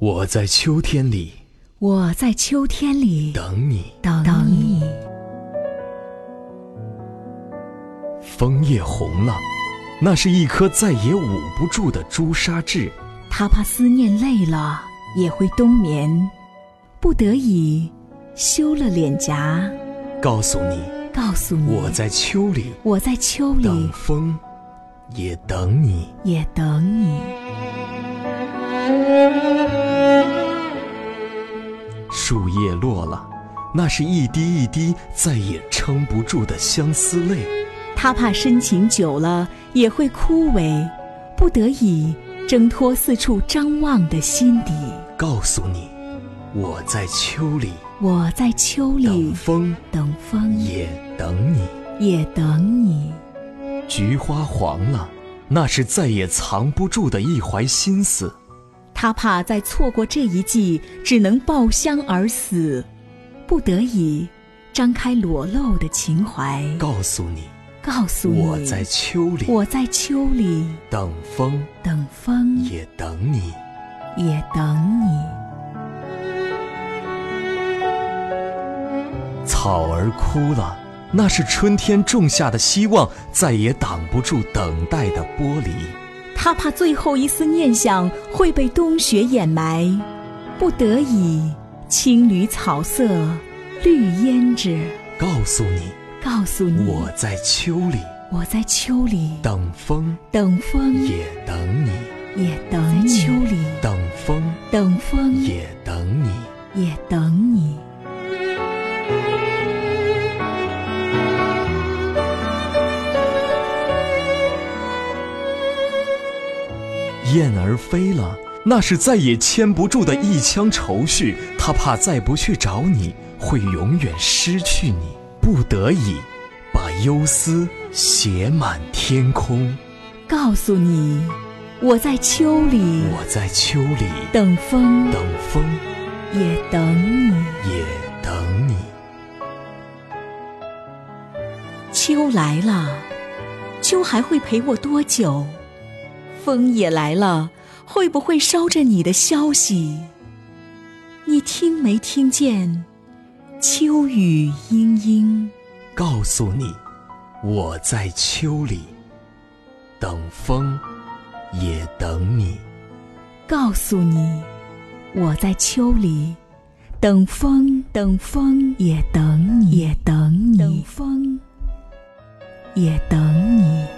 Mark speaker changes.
Speaker 1: 我在秋天里
Speaker 2: 我在秋天里
Speaker 1: 等你，
Speaker 2: 等你。
Speaker 1: 枫叶红了，那是一颗再也捂不住的朱砂痣。
Speaker 2: 他怕思念累了也会冬眠，不得已羞了脸颊，
Speaker 1: 告诉你，
Speaker 2: 告诉你
Speaker 1: 我在秋里
Speaker 2: 我在秋
Speaker 1: 等
Speaker 2: 里
Speaker 1: 风，也等你。
Speaker 2: 也等你。
Speaker 1: 树叶落了，那是一滴一滴再也撑不住的相思泪。
Speaker 2: 他怕深情久了也会枯萎，不得已挣脱四处张望的心底。
Speaker 1: 告诉你，我在秋里
Speaker 2: 我在秋
Speaker 1: 等
Speaker 2: 里
Speaker 1: 风，
Speaker 2: 等风，
Speaker 1: 也等你。
Speaker 2: 也等你。
Speaker 1: 菊花黄了，那是再也藏不住的一怀心思。
Speaker 2: 他怕再错过这一季，只能抱香而死，不得已张开裸露的情怀，
Speaker 1: 告诉你，
Speaker 2: 告诉你
Speaker 1: 我在秋里
Speaker 2: 我在秋里
Speaker 1: 等风，
Speaker 2: 等风，
Speaker 1: 也等你。
Speaker 2: 也等你。
Speaker 1: 草儿枯了，那是春天种下的希望，再也挡不住等待的剥离。
Speaker 2: 他怕最后一丝念想会被冬雪掩埋，不得已青缕草色绿胭脂，
Speaker 1: 告诉你，
Speaker 2: 告诉你
Speaker 1: 我在秋里
Speaker 2: 我在秋里
Speaker 1: 等风，
Speaker 2: 等风，
Speaker 1: 也等你。
Speaker 2: 也等你秋里
Speaker 1: 等风，
Speaker 2: 等风。
Speaker 1: 也等你。
Speaker 2: 也等你。
Speaker 1: 燕儿飞了，那是再也牵不住的一腔愁绪。他怕再不去找你，会永远失去你。不得已，把忧思写满天空。
Speaker 2: 告诉你，我在秋里
Speaker 1: 我在秋里
Speaker 2: 等风，
Speaker 1: 等风，
Speaker 2: 也等你。
Speaker 1: 也等你。
Speaker 2: 秋来了，秋还会陪我多久？风也来了，会不会捎着你的消息？你听没听见？秋雨阴阴，
Speaker 1: 告诉你，我在秋里等风，也等你。
Speaker 2: 告诉你，我在秋里等风，等风，也等你，也等你，等风，也等你。